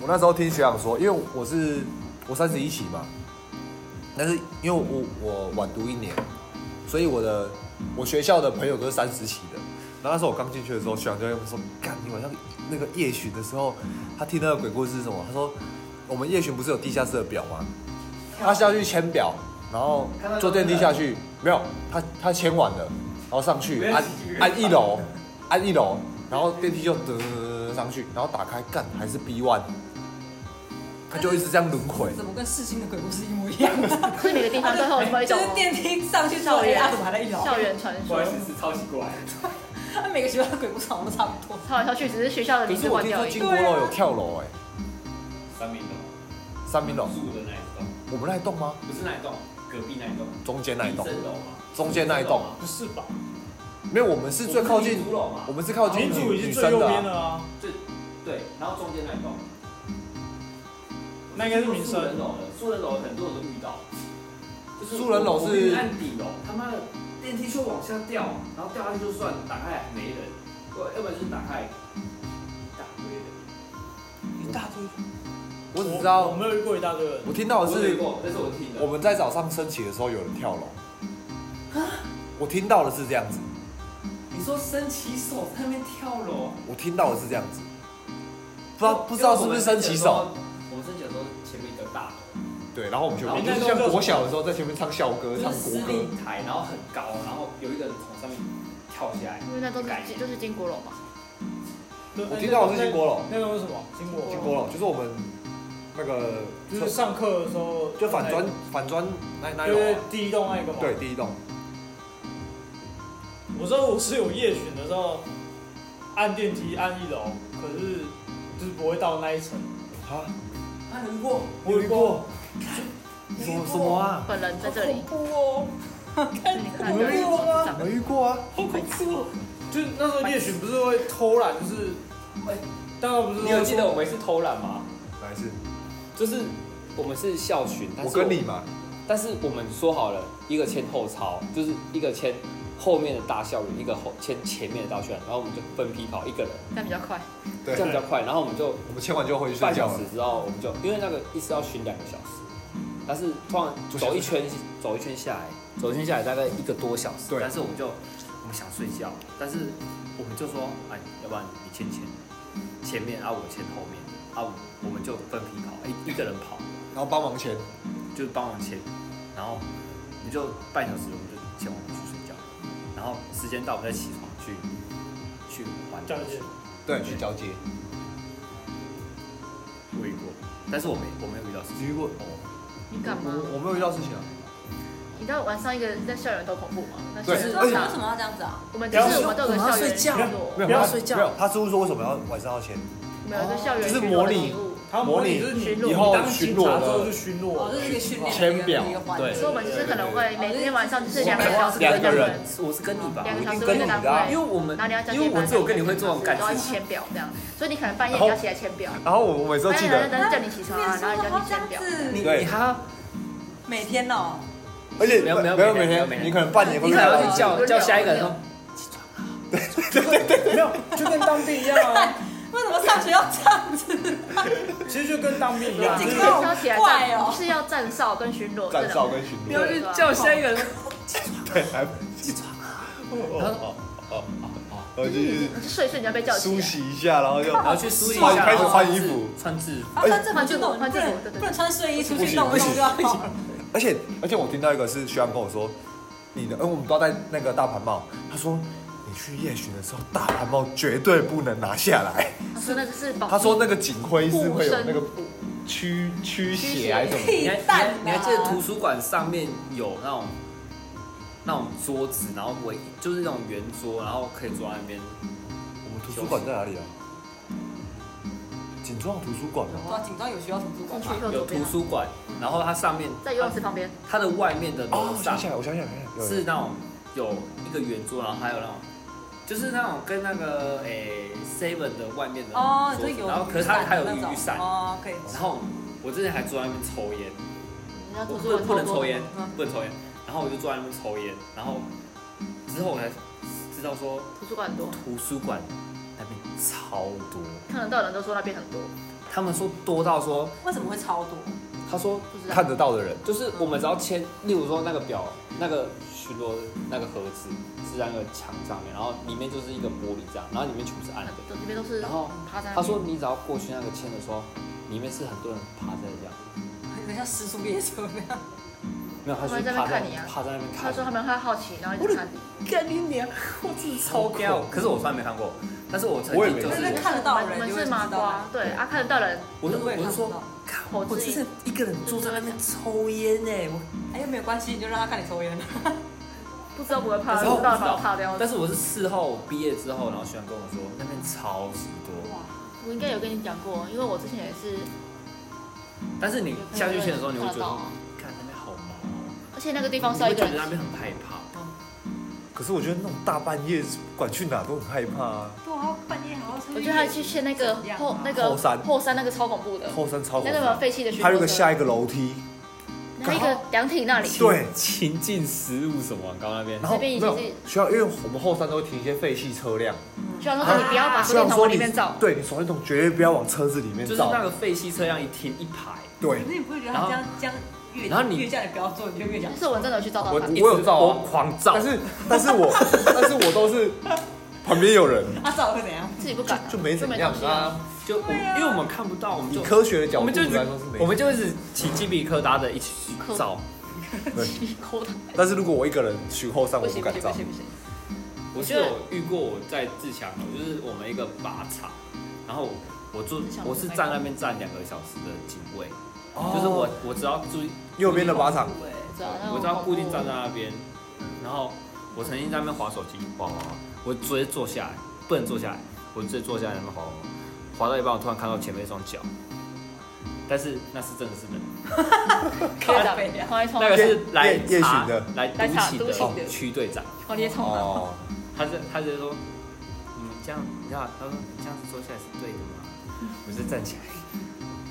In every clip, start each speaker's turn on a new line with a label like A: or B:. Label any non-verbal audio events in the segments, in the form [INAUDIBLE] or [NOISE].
A: 我那时候听学长说，因为我是我三十一期嘛，但是因为我我晚读一年，所以我的我学校的朋友都是三十期的。然后那时候我刚进去的时候，学长就跟我说：“干，你晚上那个夜巡的时候，他听那个鬼故事是什么？他说我们夜巡不是有地下室的表吗？他下去签表，然后坐电梯下去，没有，他他签完了，然后上去按按一楼，按一楼，然后电梯就噔上去，然后打开干还是 B one，他就一直这样轮回。
B: 怎么跟世新的鬼故事一模一样？
C: 是每个地方最后有某一
B: 就
C: 种
B: 是电梯上去之后，哎，阿怎么还在一楼？
C: 校园传
D: 不
C: 说
D: 好意，思，是抄袭过来的。
B: 他每个学校的鬼故事好像都差不多。
C: 跳来跳去，只是学校的
A: 可
C: 名
A: 是
C: 字
A: 我
C: 换
A: 听
C: 掉
A: 说
C: 而已
A: 金。国楼有跳楼哎、
D: 三明洞，
A: 三明楼，
D: 住的那一栋，
A: 我们那一栋吗？
D: 不是那一栋，隔壁那一栋，
A: 中间那一栋
D: 民，生楼吗？
A: 中间那一栋，
E: 不是吧？
A: 没有，我们是最靠近
D: 民，族楼嘛
A: 我，们是靠近
E: 民主
A: 女
E: 已经
A: 女
E: 最
A: 生
E: 右
A: 的、
E: 边
A: 啊，
E: 了啊，
D: 最对，然后中间那一栋，
E: 那应该是民生
D: 住人楼的，住人楼很多人都遇到，就是
A: 住人楼是
D: 我明明按底楼，他妈的电梯就往下掉，然后掉下去就算，了，打开没人，或要不然就是打开一大堆人，
E: 一大堆。
A: 我只知
E: 我
A: 道，
E: 没有遇过一大堆人，
A: 我听到的
D: 我没
A: 是
D: 过，但是我听
A: 我
D: 的，
A: 们在早上升旗的时候有人跳楼，我听到的是这样子，
D: 你说伸起手在那边跳楼，
A: 我听到的是这样子，不知道不知道是不是升旗手，，
D: 我们升旗的时候前面一个大楼。
A: 对，然后我们就
D: 然后
A: 就是像国小的时候在前面唱校歌、
D: 就
A: 唱
D: 是
A: 国
D: 司
A: 歌，
D: 令台，然后很高，然后有一个人从上面跳下来，
C: 因为那都是金就是金国楼嘛，
E: 对
A: 我听到的是金国楼，
E: 那个是什么？金国
A: 金国楼就是我们那个
E: 就是上课的时候
A: 就反专反专那那一
E: 就
A: 栋
E: 是
A: 啊，
E: 第一栋那一个嘛。
A: 对，，第一栋。
E: 我知道我是有夜巡的时候，按电梯按一楼，可是就是不会到那一层。
A: 啊，
D: 他能过，
A: 哦
E: 我遇过，
A: 什么什么啊？
C: 本人在这里，
E: 怖哦，
C: 就是你看
E: 你
C: 这
E: 们
C: 里
E: 有吗
C: 长
A: 没遇过啊？
E: 好恐怖哦！就是那时候夜巡不是会偷懒，就是，哎，当然不是
D: 你
E: 说
D: 有记得我们是偷懒吗？
A: 哪一次？
D: 就是我们是校巡，但
A: 我
D: 是
A: 跟你，嘛，
D: 但是我们说好了，一个签后操，就是一个签后面的大校园，一个后签前面的大校园，然后我们就分批跑，一个人
C: 但比较快，
A: 对
D: 这，样比较快，然后我们就
A: 我们签完就回去睡
D: 半
A: 觉
D: 小
A: 了
D: 时。之后，我们就因为那个一次要巡两个小时，但是突然走一圈走一圈下来，走一圈下来大概一个多小时。
A: 对
D: 但是我们就我们想睡觉，但是我们就说，哎，要不然你先前前面啊，我先后面啊，我我们就分批跑，哎一一个人跑，
A: 然后帮忙签，
D: 就是帮忙签，然后我们就半小时，我们就前往去睡觉，然后时间到，我们再起床去去玩
E: 交接
A: 对，去交接。
D: 我遇过，但是我没我没有遇到事情。
A: 你遇过？
C: 你干嘛？
A: 我我没有遇到事情啊。
C: 你知道晚上一个人在校园多恐怖吗？那校
A: 对
B: 你
C: 园
B: 说
A: 而
B: 为
A: 且
C: 大
B: 什么要这样子啊？
C: 我们就是我们都有个校
D: 我要睡
C: 园
D: 觉
C: 日落，
E: 不要
A: 他
D: 睡觉
A: 没有，他是不是说为什么要晚上要签？
C: 我们有一个校园
A: 就是
C: 日
A: 模
C: 落的
A: 拟
C: 礼物。
E: 他模拟就是
C: 巡
E: 你
C: 逻
E: 你当警察之后去巡
B: 哦，
E: 逻
B: 这，是一个训练，
A: 签表
B: 一个环
D: 对
C: 所以
B: 节
C: 我。们就是可能会每天晚上就是两个
D: 我
C: 小时的
A: 两个人
C: 单
D: 我是跟你吧，
C: 两个小
A: 一
C: 时
A: 定跟
C: 的
A: 你
C: 单
A: 的啊
C: 位，
D: 因为我们
C: 然后你要交接
D: 因为我只有跟你会做这种感
C: 然后要
D: 情，
C: 签表这样，所以你可能半夜你要起来签表，
A: 然后我我每次都
C: 半
A: 记
C: 夜人
A: 得，
C: 家叫你起床啊，然后你就要去签表。
D: 你
A: 对
D: 你还要
B: 每天哦，
A: 而且
D: 没有没有
A: 没有每
D: 没有没有没
A: 天，
D: 有
A: 你可能半年会
D: 你可能要
A: 到
D: 去叫
C: 轮流
D: 叫下一个人哦说
C: 轮，
E: 没有就跟当兵一样啊，
B: 为什么上学要这样子？
E: 其实就跟当兵一
C: 对
E: 样，啊
C: 你
E: 就是
C: 今天要起来
B: 怪
C: 站，
B: 哦
C: 你是要站哨跟巡逻，
A: 站哨跟巡
D: 你要
A: 逻，
D: 去叫下一个人说，
A: 对，还起床哦哦哦哦，然后就是
C: 你是睡一睡你要被叫起
A: 梳
C: 来。
A: 洗一下，然后就
D: 然后去梳理一
A: 换
D: 下，
A: 开始
D: 然后
A: 换衣服，
D: 穿制服，
B: 啊，
A: 哎
B: 穿制服去弄，
C: 换
B: 不
C: 制服
B: 能
C: 对对对
B: 不能穿睡衣出去弄一弄就好。
A: 而且而且我听到一个是学长跟我说，你的，嗯，我们都要戴那个大盘帽，他说你去夜巡的时候，大盘帽绝对不能拿下来。 [LAUGHS]
C: 他说那个是保护
A: 他说那个警徽是会有那个
C: 护身符
A: 驱驱邪还是
E: [LAUGHS]
A: 什么的？
B: 屁
D: 你还你还
B: 蛋！
D: 你还记得图？书馆
C: 嗯
D: 上面有那种那种桌子，然后围就是那种圆桌，然后可以坐在那边，
A: 我们图书馆在哪里啊？锦庄图书馆啊吗？
B: 哇，警装有需要图书馆
C: 进去
B: 吗？
C: 右
D: 有
C: 左边
D: 图
C: 啊，
D: 书馆，然后它上面
C: 在游泳池旁边，
D: 它的外面的
A: 哦
D: 楼，
A: 我
D: 上
A: 想起来，我想起来，我想起来，有
D: 是那种有一个圆桌，然后还有那种，就是那种跟那个诶 seven 的外面的
B: 哦，
D: 桌
B: 这
D: 子
B: 有。
D: 然后可是它还有
B: 那种
D: 雨伞，
B: 哦，可以。
D: 然后我之前还坐在那边抽烟，
C: 你要
D: 我
C: 图
D: 不
C: 书馆
D: 不能
C: 偷
D: 抽烟
B: 嗯，
D: 不能抽烟，然后我就坐在那边抽烟，然后之后我才知道说
C: 图书馆很多，
D: 图书馆那边超多，
C: 看得到的人都说那边很多，
D: 他们说多到说，
B: 为什么会超多？
D: 他说
C: 不知道
A: 看得到的人，
D: 就是我们只要签，例如说那个表、那个巡逻那个盒子是在那个墙上面，然后里面就是一个玻璃这样，然后里面全部是暗的。
C: 都这边都是
D: 然后
C: 趴在那边
D: 他说你只要过去那个签的时候，里面是很多人趴在这样，
B: 有点像失速列车那样。
D: 没有，他
C: 他
D: 说
C: 们在那边
D: 趴在
C: 看你啊
D: 趴在那边看
C: 他
D: 你。
C: 说他们很好奇，然后一直看你，
D: 干你娘！我真的超屌。可是我从来没看过，但是我曾
A: 我也没
D: 经
A: 看
D: 就是
A: 过
B: 那看得到人
C: 我们
B: 就
C: 是
B: 会
C: 麻
B: 知道
C: 瓜
B: 啊，
C: 对啊，看得到人，
D: 我就
B: 我也
D: 我就
B: 看不
D: 说
B: 到，
D: 看我真是一个人坐在那边抽烟呢、我
B: 哎，又没有关系，你就让他看你抽烟。
C: 不知道不会怕，
D: 但是
C: 不
D: 我
C: 知
D: 不
C: 道
D: 知
C: 怕
D: 道
C: 不怕掉。
D: 但是我是事后毕业之后，然后学长跟我说那边超级多，
C: 哇，我应该有跟你讲过，因为我之前也是，
D: 但是你下去签的时候，你会觉
C: 看得到
D: 得
C: 啊，
D: 看那边好忙，
C: 而且那个地方
D: 你
C: 是要一
D: 会
C: 个
D: 觉得那
C: 人，
D: 边很害
A: [LAUGHS]
D: 怕。
A: 可是我觉得那种大半夜，不管去哪都很害怕啊。
B: 对啊，半夜好好抽
C: 我觉得他去签那个后那个
A: 后山
C: 后山那个超恐怖的，
A: 后山超恐
C: 那个什么
A: 怖，
C: 废弃的巡
A: 还有一呃个
C: 逻
A: 下
C: 车，
A: 一个楼梯，
C: 那一个凉亭那里，
A: 对
D: 情境食物什么，刚刚那边
A: 然后
C: 这边
A: 没
C: 已
A: 有
C: 经是
A: 学校，因为我们后山都会停一些废弃车辆，
C: 学长说你不要把手
A: 虽
C: 电
A: 然
C: 筒
A: 说
C: 往
A: 你
C: 里面照，
A: 对你手电筒绝对不要往车子里面
D: 就是
A: 照
D: 那，个废弃车辆一停一排，
A: 对
B: 可。是你不会觉得他这样这样越
D: 然后你
B: 越这样你不要做，你就越想
C: 但是我真的有去照到
A: 我
C: 他，
A: 我有照啊
D: 我狂照，
A: 但是但是我但是我都是旁边有人，
B: 他照会怎样？
C: 自己不敢啊，
A: 就没怎么样
C: 就没东西啊。
A: 啊。
D: 就我因为我们看不到，我们
A: 以
D: 就
A: 科学的角
D: 我
A: 度
D: 们就一直
A: 来说是没，
D: 我们就一直起鸡皮疙瘩的一起去照。
A: 但是如果我一个人巡后山，我
C: 不
A: 不
C: 行不
A: 敢
C: 行不
A: 照。
C: 行不行，
D: 我是有遇过我在自强楼，就是我们一个靶场，然后我住
C: 自强楼
D: 我是站那边站两个小时的警卫，就是
C: 哦
D: 我我只要注意，
A: 哦右边的靶场，
B: 哎
C: 知道那种
D: 我只要固定
C: 恐怖
D: 站在那边，然后我曾经在那边划手机，划划划，我直接坐下来，不能坐下来，我直接坐下来在那边划划划，划到一半我突然看到前面一双脚，但是那是真的是人，
C: 科长，黄一聪，
D: 那个是来
A: 夜夜
D: 查
A: 巡的
D: 来
C: 来查
D: 督勤
C: 督勤
D: 的哦
C: 的
D: 区队长。
C: 黄一聪啊，
A: 哦，
D: 他是他是说，你们这样，你知道，他说你这样子坐下来是对的吗？我是站起来，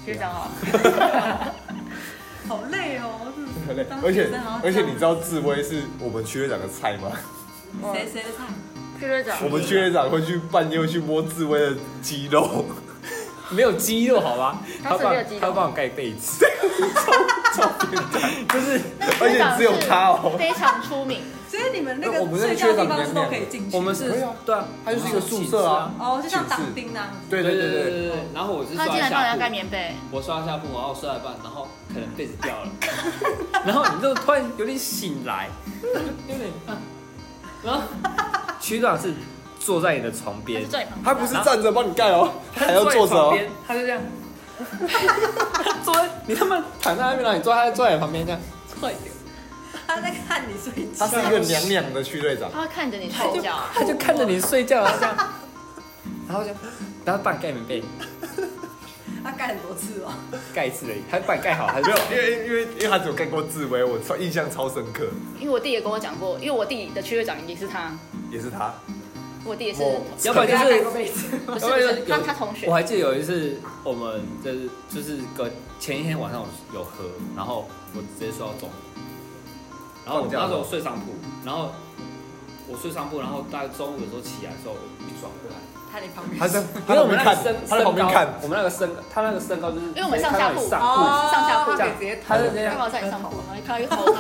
C: 学长啊，
B: 好累哦，真的是
A: 很累
B: 当
A: 而
B: 学
A: 且
B: 生还要
A: 而且你知
B: 这样
A: 道志威是我们区队长的菜吗？
B: 谁谁的菜？
C: 学队长
A: 我，们区队长会去半夜会去摸志威的肌肉，
D: 没有 [LAUGHS] 肌肉好吧？
C: 他是
D: 帮
C: 没有肌肉
D: 他帮我盖被子，就是
A: 而且只有他哦。
C: 非常出名，
B: 所以你们那
A: 那我
B: 个
A: 们那
B: 睡
A: 个缺少
B: 觉的地方
A: 娘
B: 是
A: 娘
B: 都可以进去的。
D: 我们是
A: 对啊
D: 对啊，
A: 它就是一个宿舍啊
B: 哦，就像当兵那样子。
A: 对
D: 对
A: 对
D: 啊对
A: 对对
D: 对
A: 对，
D: 对对。然后我是
C: 他
D: 刷
C: 进来帮人家盖
D: 下铺，
C: 棉被，
D: 我刷下铺，然后刷一半，然后可能被子掉了， [LAUGHS] 然后你就突然有点醒来，有点，啊然后区长是坐在你的床
A: [LAUGHS]
C: 他
D: 边
C: 是，最忙的
A: 他不是站着帮你盖哦，还要坐着哦。，
D: 他就这样， [LAUGHS] 坐在你他妈躺在那边，然后你坐在他坐在你旁边这样，
C: 最牛
B: 他在看你睡
A: 他。
B: 觉
A: 是一啊个娘娘的区队长，
C: 他会看着你睡觉，
D: 他就看着你睡觉，然啊后这样，然后就，然后帮你盖棉被，
B: 他盖很多次哦吧？
D: 盖一次而已，他帮你盖好，还
A: 没
D: 没
A: 有
D: 有，，
A: 因为因为因为他只有盖过志威，我超印象超深刻，
C: 因为我弟也跟我讲过，因为我弟的区队长也是他，
A: 也是他。
C: 我弟也是，
A: 我
C: 不
D: 要不然就是。
C: 是不是他他同学
D: 我，还记得有一次，我们就是就是个前一天晚上有有喝，然后我直接睡到中午，然后我
A: 放假
D: 那
A: 了
D: 时候睡上铺，然后我睡上铺，然后大概中午有时候起来的时候，我一转过来，
B: 他在旁边。
A: 他在
D: 因
A: 他
D: 为
A: 在
D: 我
A: 旁
D: 们
A: 边
D: 那个
A: 看
D: 身，，
A: 他在旁边看，
D: 我们那个身，他那个身高就是，因
C: 因为我们上下铺
D: 上
B: 哦
D: 铺，
C: 上下铺
B: 他可以直接
D: 他就这
C: 刚
D: 样，
C: 好在你上铺，然后一看到一个头发，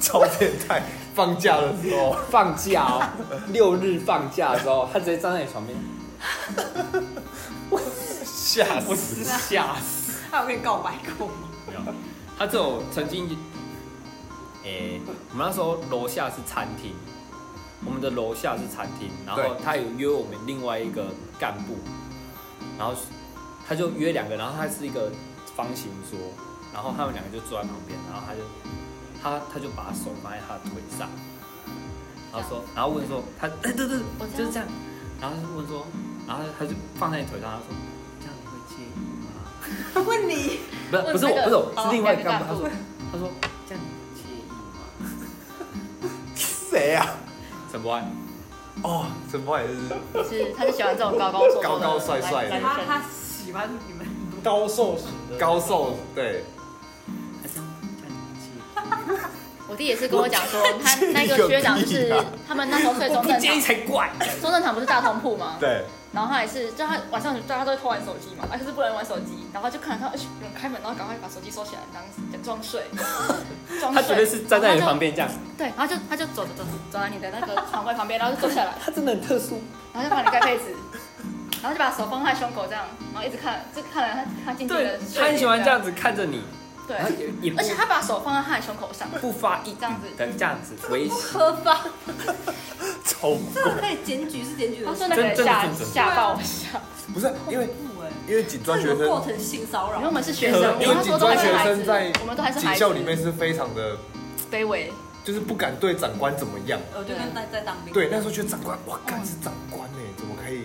A: 超变态。放假的时候，
D: 放假哦，六日放假的时候，他直接站在你床边，
A: [LAUGHS] 吓
D: 我
A: 死！
D: 是吓死，
B: 他有跟你告白过吗？
D: 没有，他这种曾经，诶、我们那时候楼下是餐厅，我们的楼下是餐厅，然后
A: 对
D: 他有约我们另外一个干部，然后他就约两个，然后他是一个方形桌，然后他们两个就坐在旁边，然后他就他他就把手放在他的腿上，然后说，然后问说他，哎、对对
C: 我
D: 对，
C: 知道
D: 就是这样，然后他就问说，然后他就放在你腿上，他说这样你会介意吗？
B: 他问你，
D: 不是不是
C: 问那
D: 我
C: 个
D: 不是我
C: 哦
D: 是另外一个
C: 两个
D: 干部，
C: 干
D: 他
C: 部
D: 说他说这样你介意吗？
A: [LAUGHS] 谁啊？
D: 陈柏安，
A: 哦，陈柏也是
C: 是他就喜欢这种高高瘦瘦的
A: 高高帅帅的
C: 男
B: 他
C: 生，
B: 他喜欢你们。
E: 高瘦型的，
A: 高瘦，对，
D: 他这样这样你介意吗？
C: 我弟也是跟我讲说，他那个区队长就是他们那时候睡中
D: 我不
C: 正
D: 介意
C: 堂，
D: 才怪。
C: 中正堂不是大通铺吗？
A: 对，
C: 然后他也是，就他晚上大家都会偷玩手机嘛，他就是不能玩手机，然后就看看，哎、有人开门，然后赶快把手机收起来，当假装睡，装
D: 他
C: 睡。
D: 绝对是站在你
C: 哦然后他就
D: 旁边这样，
C: 对，然后就他就走走走走到你的那个床位旁边，然后就坐下来，
D: 他真的很特殊。
C: 然后就把你盖被子， [LAUGHS] 然后就把手放在胸口这样，然后一直看，就看了他他静静
D: 对
C: 的，睡。
D: 他很喜欢这样，子看着你，
C: 对
D: 然，后也也不
C: 而且他把手放在他的胸口上，
D: 不发一语
C: 这样子
D: 的这样子维
C: [LAUGHS]
B: 不
D: 系，
B: 合法，
A: 超
B: 这个可以检举是检举
C: 他
B: 的
C: 说
B: 事，
C: 那个人
D: 真
C: 吓
D: 真真真
C: 吓爆我吓，
A: 不是因为
B: 不哎，
A: 因为警专
B: 这
A: 学
B: 有没有构
A: 生，
B: 成性骚
C: 因
B: 扰
C: 为我？们是学生，我
A: 因为
C: 们那时
A: 警
C: 候都还
A: 专
C: 是
A: 学
C: 孩
A: 生在
C: 子，我们都还是
A: 警
C: 孩子
A: 校，里面是非常的，
C: 卑微，
A: 就是不敢对长官怎么样。
B: 呃，就跟在在当兵，
A: 对，那时候觉得长官，哇，干是长官呢，怎么可以？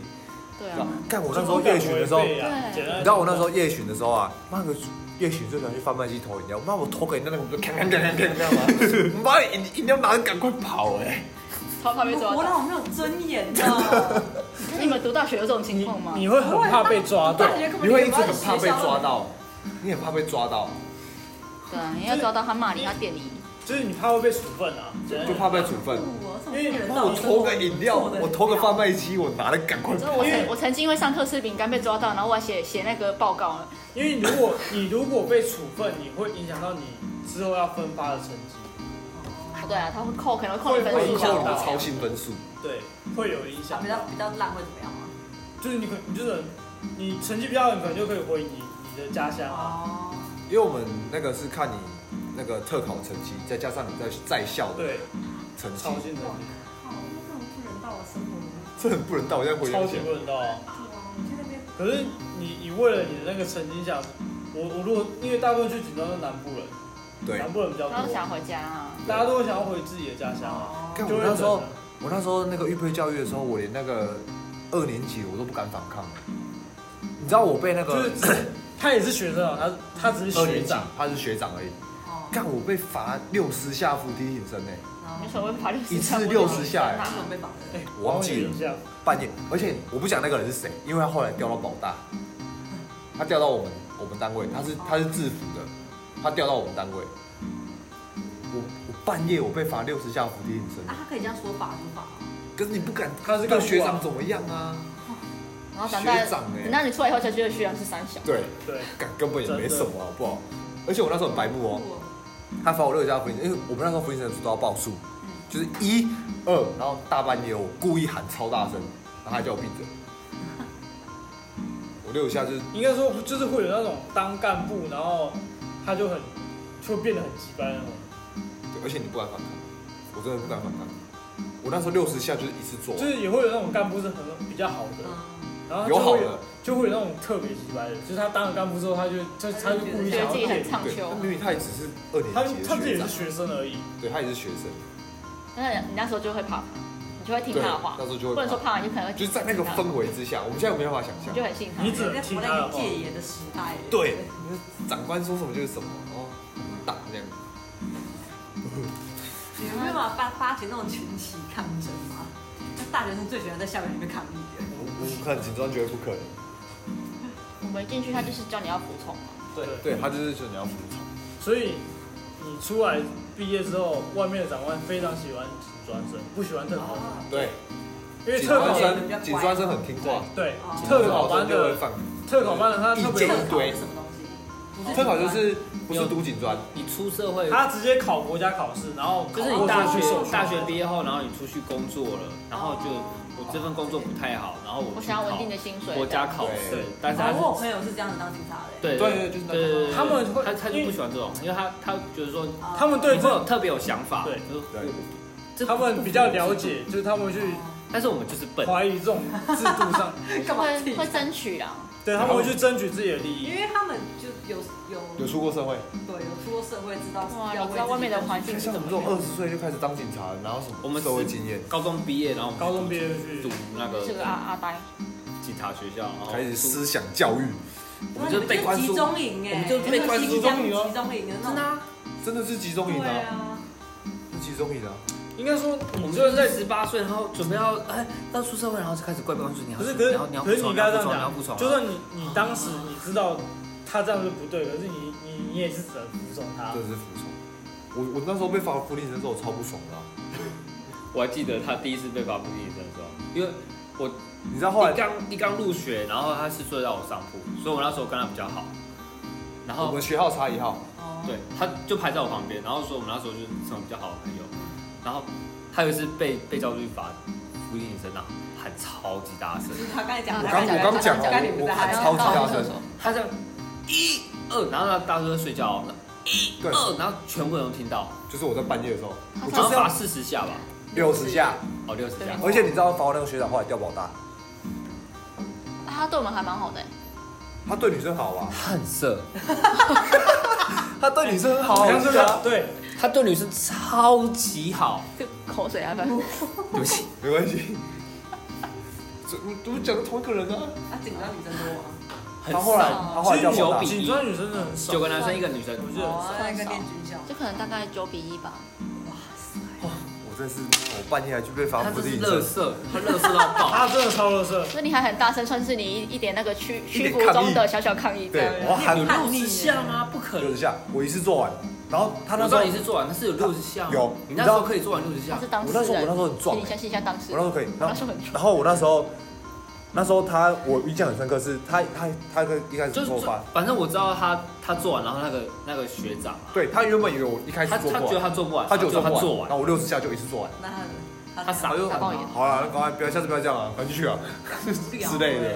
C: 对
A: 是吧
C: 啊，
A: 干我那时候夜巡的时候，你
E: 啊
C: 对
A: 知道我那时候夜巡的时候啊，妈个夜巡最喜欢去贩卖机偷饮料，妈我偷给人家那个，我就锵锵锵锵锵，知道吗？妈饮饮料拿着赶快跑哎！
C: 超怕被抓
B: 我
C: 到。
B: 好没有尊严的，
C: 那你们读大学有这种情况吗？
E: 你会很怕被抓到，
A: 你会一直很怕被抓到，你很怕被抓到，
C: 对啊，你要抓到他骂你，他电你，
E: 就是你怕会被处分啊，
A: 就怕被处分。
B: 因
A: 妈我偷个饮料，我偷个贩卖机，我拿了赶快
C: 你知道我
A: 跑。
C: 曾我曾经因为上课吃饼干被抓到，然后我还写写那个报告了。
E: 因为如果你如果被处分，你会影响到你之后要分发的成绩，
C: 对啊，他会扣，可能会扣你分
A: 我
E: 会
A: 一
E: 会
C: 数
A: 扣你的
C: 吧。
A: 操性分数，
E: 对，会有影响
B: 啊比。较比较烂会怎么样吗？
E: 就是你可你就是你成绩比较好，你可能就可以回你你的家乡啊。
B: 哦，
A: 因为我们那个是看你那个特考成绩，再加上你在在校
B: 啊
A: 的
E: 对，
A: 成绩
E: 超，新的，
B: 靠，那种不人道的生活，
A: 这很不能到。我现在回
E: 超
A: 想
E: 级
A: 起来，
E: 不人道啊。
B: 你去那边
E: 可是你你为了你的那个成绩想，我我如果因为大部分去锦州都是南部人，
A: 对，
E: 南部人比较
C: 然后
E: 多，
C: 想回家啊，
E: 大家都会想要回自己的家乡啊，
B: 哦，
A: 干
E: 就
A: 我
E: 会
A: 那时候
E: 忍啊，
A: 我那时候那个预备教育的时候，我连那个二年级我都不敢反抗。你知道我被那
E: 就
A: 个
E: 是只他也是学生啊，他他
A: [CLEARS THROAT]
E: 只是
A: 二年
E: 学
A: 级
E: 长，，
A: 他是学长而已。
B: 哦，
A: 干我被罚六十下伏地挺身呢，
C: 你所谓罚六十，
A: 一次六十下
B: 那
A: 哎，
B: 种被绑
E: 哎
B: 的，
A: 我忘记了
E: 一下，
A: 半夜。而且我不讲那个人是谁，因为他后来调到保大，他调到我们我们单位，他是他是制服的，他调到我们单位。我我半夜我被罚六十下伏地挺身，
B: 啊，他可以这样说法说法，
A: 可是你不敢，
E: 他是
A: 对
E: 干部啊
A: 学长怎么样啊？
C: 然后长大，
A: 学长欸
C: 等到你出来以后才觉得学长是三小，
A: 对，
E: 对，
A: 干根本也没什么，好不好？而且我那时候很白目哦，
B: 我
A: 他罚我六十下伏地挺身，因为我们那时候伏地挺身都要报数，
C: 嗯
A: 就是一二，然后大半夜我故意喊超大声，然后他叫我闭嘴。我六十下就是
E: 应该说就是会有那种当干部，然后他就很就变得很极端那种。
A: 对，而且你不敢反抗，我真的不敢反抗。我那时候六十下就是一次做完，
E: 就是也会有那种干部是很比较好的，
B: 嗯，
E: 然后
A: 有
E: 就
A: 好
E: 会
A: 的，
E: 就会有那种特别鸡掰的，就是他当了干部之后，他就他他就故意
C: 觉
E: 想
C: 得
E: 要
C: 自己很
E: 骗你，
C: 畅
A: 对，
C: 秋
A: 那。明明他也只是二
E: 他
A: 年级
E: 他
A: 的
E: 自
A: 学
E: 己也
A: 长
E: 是，学生而已，
A: 对他也是学生，
C: 那你那时候就会怕他，你就会听
A: 对，
C: 他的话
A: 那，时候就
C: 不
A: 会
C: 能说
A: 怕，
C: 怕，你就可能会
A: 就是在那个
C: 听他的
A: 氛围之下，我们现在没办法想
C: 你
A: 象
C: 就。很信他。
E: 你只
B: 人
E: 能
B: 家
E: 听
B: 活在
E: 他的
B: 一
E: 话。
B: 个戒严的时代，
A: 对，长官说什么就是什么，哦，打这样。
B: 你们没有办法发发起那种群起抗争吗？那大学生最喜欢在校园里面抗议的。
A: 我我很紧张，觉得不可能。
C: 我们进去，他就是叫你要服从嘛。
E: 对
A: 对他就是说你要服从。
E: 所以你出来毕业之后，外面的长官非常喜欢警专生，不喜欢特考
C: 哦
E: 生，
A: 对，
E: 因为
A: 警
E: 特
A: 专
E: 考
B: 警
E: 生
A: 生，警专生很听话，
E: 对
B: 哦
E: 特考
A: 生
E: 班
A: 就会
E: 的
A: 放。
E: 特考班的他特
A: 意见
E: 别
A: 一堆
B: 什么东西？你是
A: 特考就是不是读警专，
D: 你出社会，
E: 他直接考国家考试，然后
D: 就是你大学
E: 考过去受训
D: 大学毕业后，然后你出去工作了，然后就我这份工作不太好，然后我
C: 哦我
D: 去
C: 想要稳
D: 考
C: 定的薪水。
D: 国家考
A: 对
D: 试，但是他
B: 哦
D: 是
B: 我有朋友是这样子当警察的，
D: 对
A: 对对，就是那
D: 对对
A: 个。
D: 对，
E: 他们会
D: 他他就不喜欢这种，因为他他觉得说你
B: 啊
E: 他们对
D: 会
E: 这
D: 有特别有想法，
E: 对
D: 就是
A: 对
D: 这
E: 他们比较了，解，就是他们去
B: [LAUGHS]
D: 但是我们就是笨，
E: 怀疑这种制度上，
C: 就会会争取啊啦。
E: 对他们会去争取自己的利益
B: 因。为他们就有有
A: 有出过社会，
B: 对有出过社会，知道
C: 哇，
B: 要
C: 你知道外面的环境是
A: 像我们
C: 怎么
A: 这种二
C: 样？
A: 十岁就开始当警察，然后什么
D: 我们
A: 社会经验，
D: 高中毕业，然后我们
E: 高中毕业就
D: 读
E: 去，
D: 那个
C: 是个阿阿呆，
D: 警察学校，然后
A: 开始思想教育，
D: 我们就被关
B: 集
D: 注，
B: 中营哎，
D: 我们就被关注
B: 集中营集中营的那
D: 真的
B: 种。
D: 啊，
A: 真的是集中营
B: 对
A: 啊，
B: 啊，
A: 是集中营啊。
E: 应该说
D: 我
E: 你
D: 们
E: 就
D: 就是是
E: 在
D: 在十八岁，然后准备要哎要出社会，然后就开始怪关注你要
E: 不是，
D: 死，
E: 可是
D: 然后你要
E: 可
D: 不
E: 是你应
D: 爽，你
E: 该这
D: 要不
E: 样
D: 爽，你要
E: 讲
D: 不，爽，啊
E: 就算你你当时你知道他这样是不对，可是你你你也是只能服从他
A: 真。的是服从。我我那时候被罚福利人的时候，我超不爽的啊、
D: 我还记得他第一次被发布地震的时候，因为我
A: 你知道后来
D: 一刚一刚入学，然后他是睡在我上铺，所以我那时候跟他比较好。然
A: 我
D: 后
A: 们学号差一号，
B: 哦，
D: 对，他就排在我旁边，然后说我们那时候就是成为比较好的朋友。然后还有一次被被教育法福音女生啊喊超级大声
B: 就，是他刚才讲，
A: 我
B: 他
A: 刚
B: 才
A: 我刚讲
B: 他才
A: 哦，
B: 啊你
A: 我
B: 不
A: 我喊
B: 在，
A: 超级大声，
D: 他这样一二，然后那大哥在睡觉，哦一
A: 对
D: 二，然后全部人都听到，
A: 就是我在半夜的时候，我
D: 然
A: 就
D: 后
A: 是
D: 罚
A: 要
D: 四十下吧，
A: 六十下，
D: 哦六十下，
A: 而且你知道罚我那个学长后来掉保大，
C: 啊他对我们还蛮好的欸，
A: 他对女生好吧？[LAUGHS]
D: 很色，
A: 他对女生很好，
E: 好像
A: 我记
E: 是
A: 得
E: 他
A: 啊，
E: 对，
D: 他对女生超级好，
C: 就口水啊，反正
D: 对不起，
A: 没关系。这我我讲的同一个人啊，
B: 他紧张女生多啊吗？
D: 很
A: 他后来
D: 少
A: 他后来掉
D: 其实
A: 保
D: 有
A: 大
D: 比，
E: 警专女生真的很少，
D: 九个男生一个女
A: 哦
D: 生，
E: 我觉得很少。
C: 哦
B: 算一个念军校，
C: 就可能大概九比一吧。
B: 哇塞，
A: 我真是我半夜还去被罚
D: 他
A: 不
D: 这是
A: 是
D: 乐色，他乐色到爆，
E: 他真的超乐色，
C: 所以你还很大声，算是你一一点那个屈屈
A: 点
C: 服
A: 抗
C: 中
A: 议
C: 的小小抗议这样。
A: 对，我喊
D: [LAUGHS] 有
B: 叛
D: 六
B: 逆
D: 十
B: 耶
D: 下吗？不可
A: 六
D: 能
A: 十。下，我一次做完，然后他
D: 我
A: 那
D: 知
A: 时候
D: 道你是做完，但是有六十下吗
A: 有
D: 你那时候可以做完六十
C: 他
D: 下
C: 是，当
A: 我
C: 事
A: 那时候我那时
C: 人，
A: 候很壮
C: 请你
A: 欸
C: 相信一下当事
A: 我那
C: 人
A: 时。候可以，然
C: 那
A: 后
C: 时候很壮
A: 然后我那时候，那时候他我印象很深刻是，他他他跟一开始
D: 就是
A: 做
D: 做
A: 饭，
D: 反正我知道他他做完，然后那个那个学长啊，
A: 对他原本以为我一开始
D: 他
A: 做
D: 他
A: 不
D: 觉得
A: 完，
D: 他做不完，
A: 他
D: 觉
A: 就
D: 得
A: 做
D: 他
A: 不完
D: 做，
A: 然后
D: 完，
A: 我六十下就一次做完，
B: 那他
D: 他傻
C: 傻爆眼
A: 好了，赶快不要下次不要这样了，回去啊，
B: 之
A: 之类的，